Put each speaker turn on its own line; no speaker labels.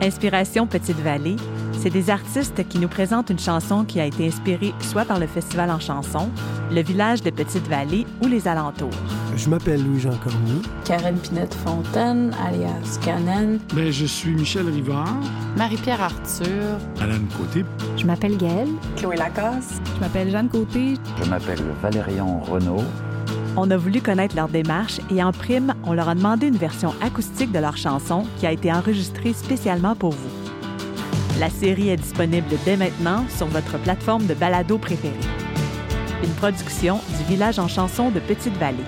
Inspiration Petite Vallée, c'est des artistes qui nous présentent une chanson qui a été inspirée soit par le Festival en chanson, le village de Petite Vallée ou les alentours.
Je m'appelle Louis-Jean Cormier.
Karen Pinette-Fontaine, alias Canon.
Ben, je suis Michel Rivard.
Marie-Pierre Arthur.
Alain Côté.
Je m'appelle Gaëlle.
Chloé Lacasse.
Je m'appelle Jeanne Côté.
Je m'appelle Valérian Renault.
On a voulu connaître leur démarche et en prime, on leur a demandé une version acoustique de leur chanson qui a été enregistrée spécialement pour vous. La série est disponible dès maintenant sur votre plateforme de balado préférée. Une production du Village en chanson de Petite-Vallée.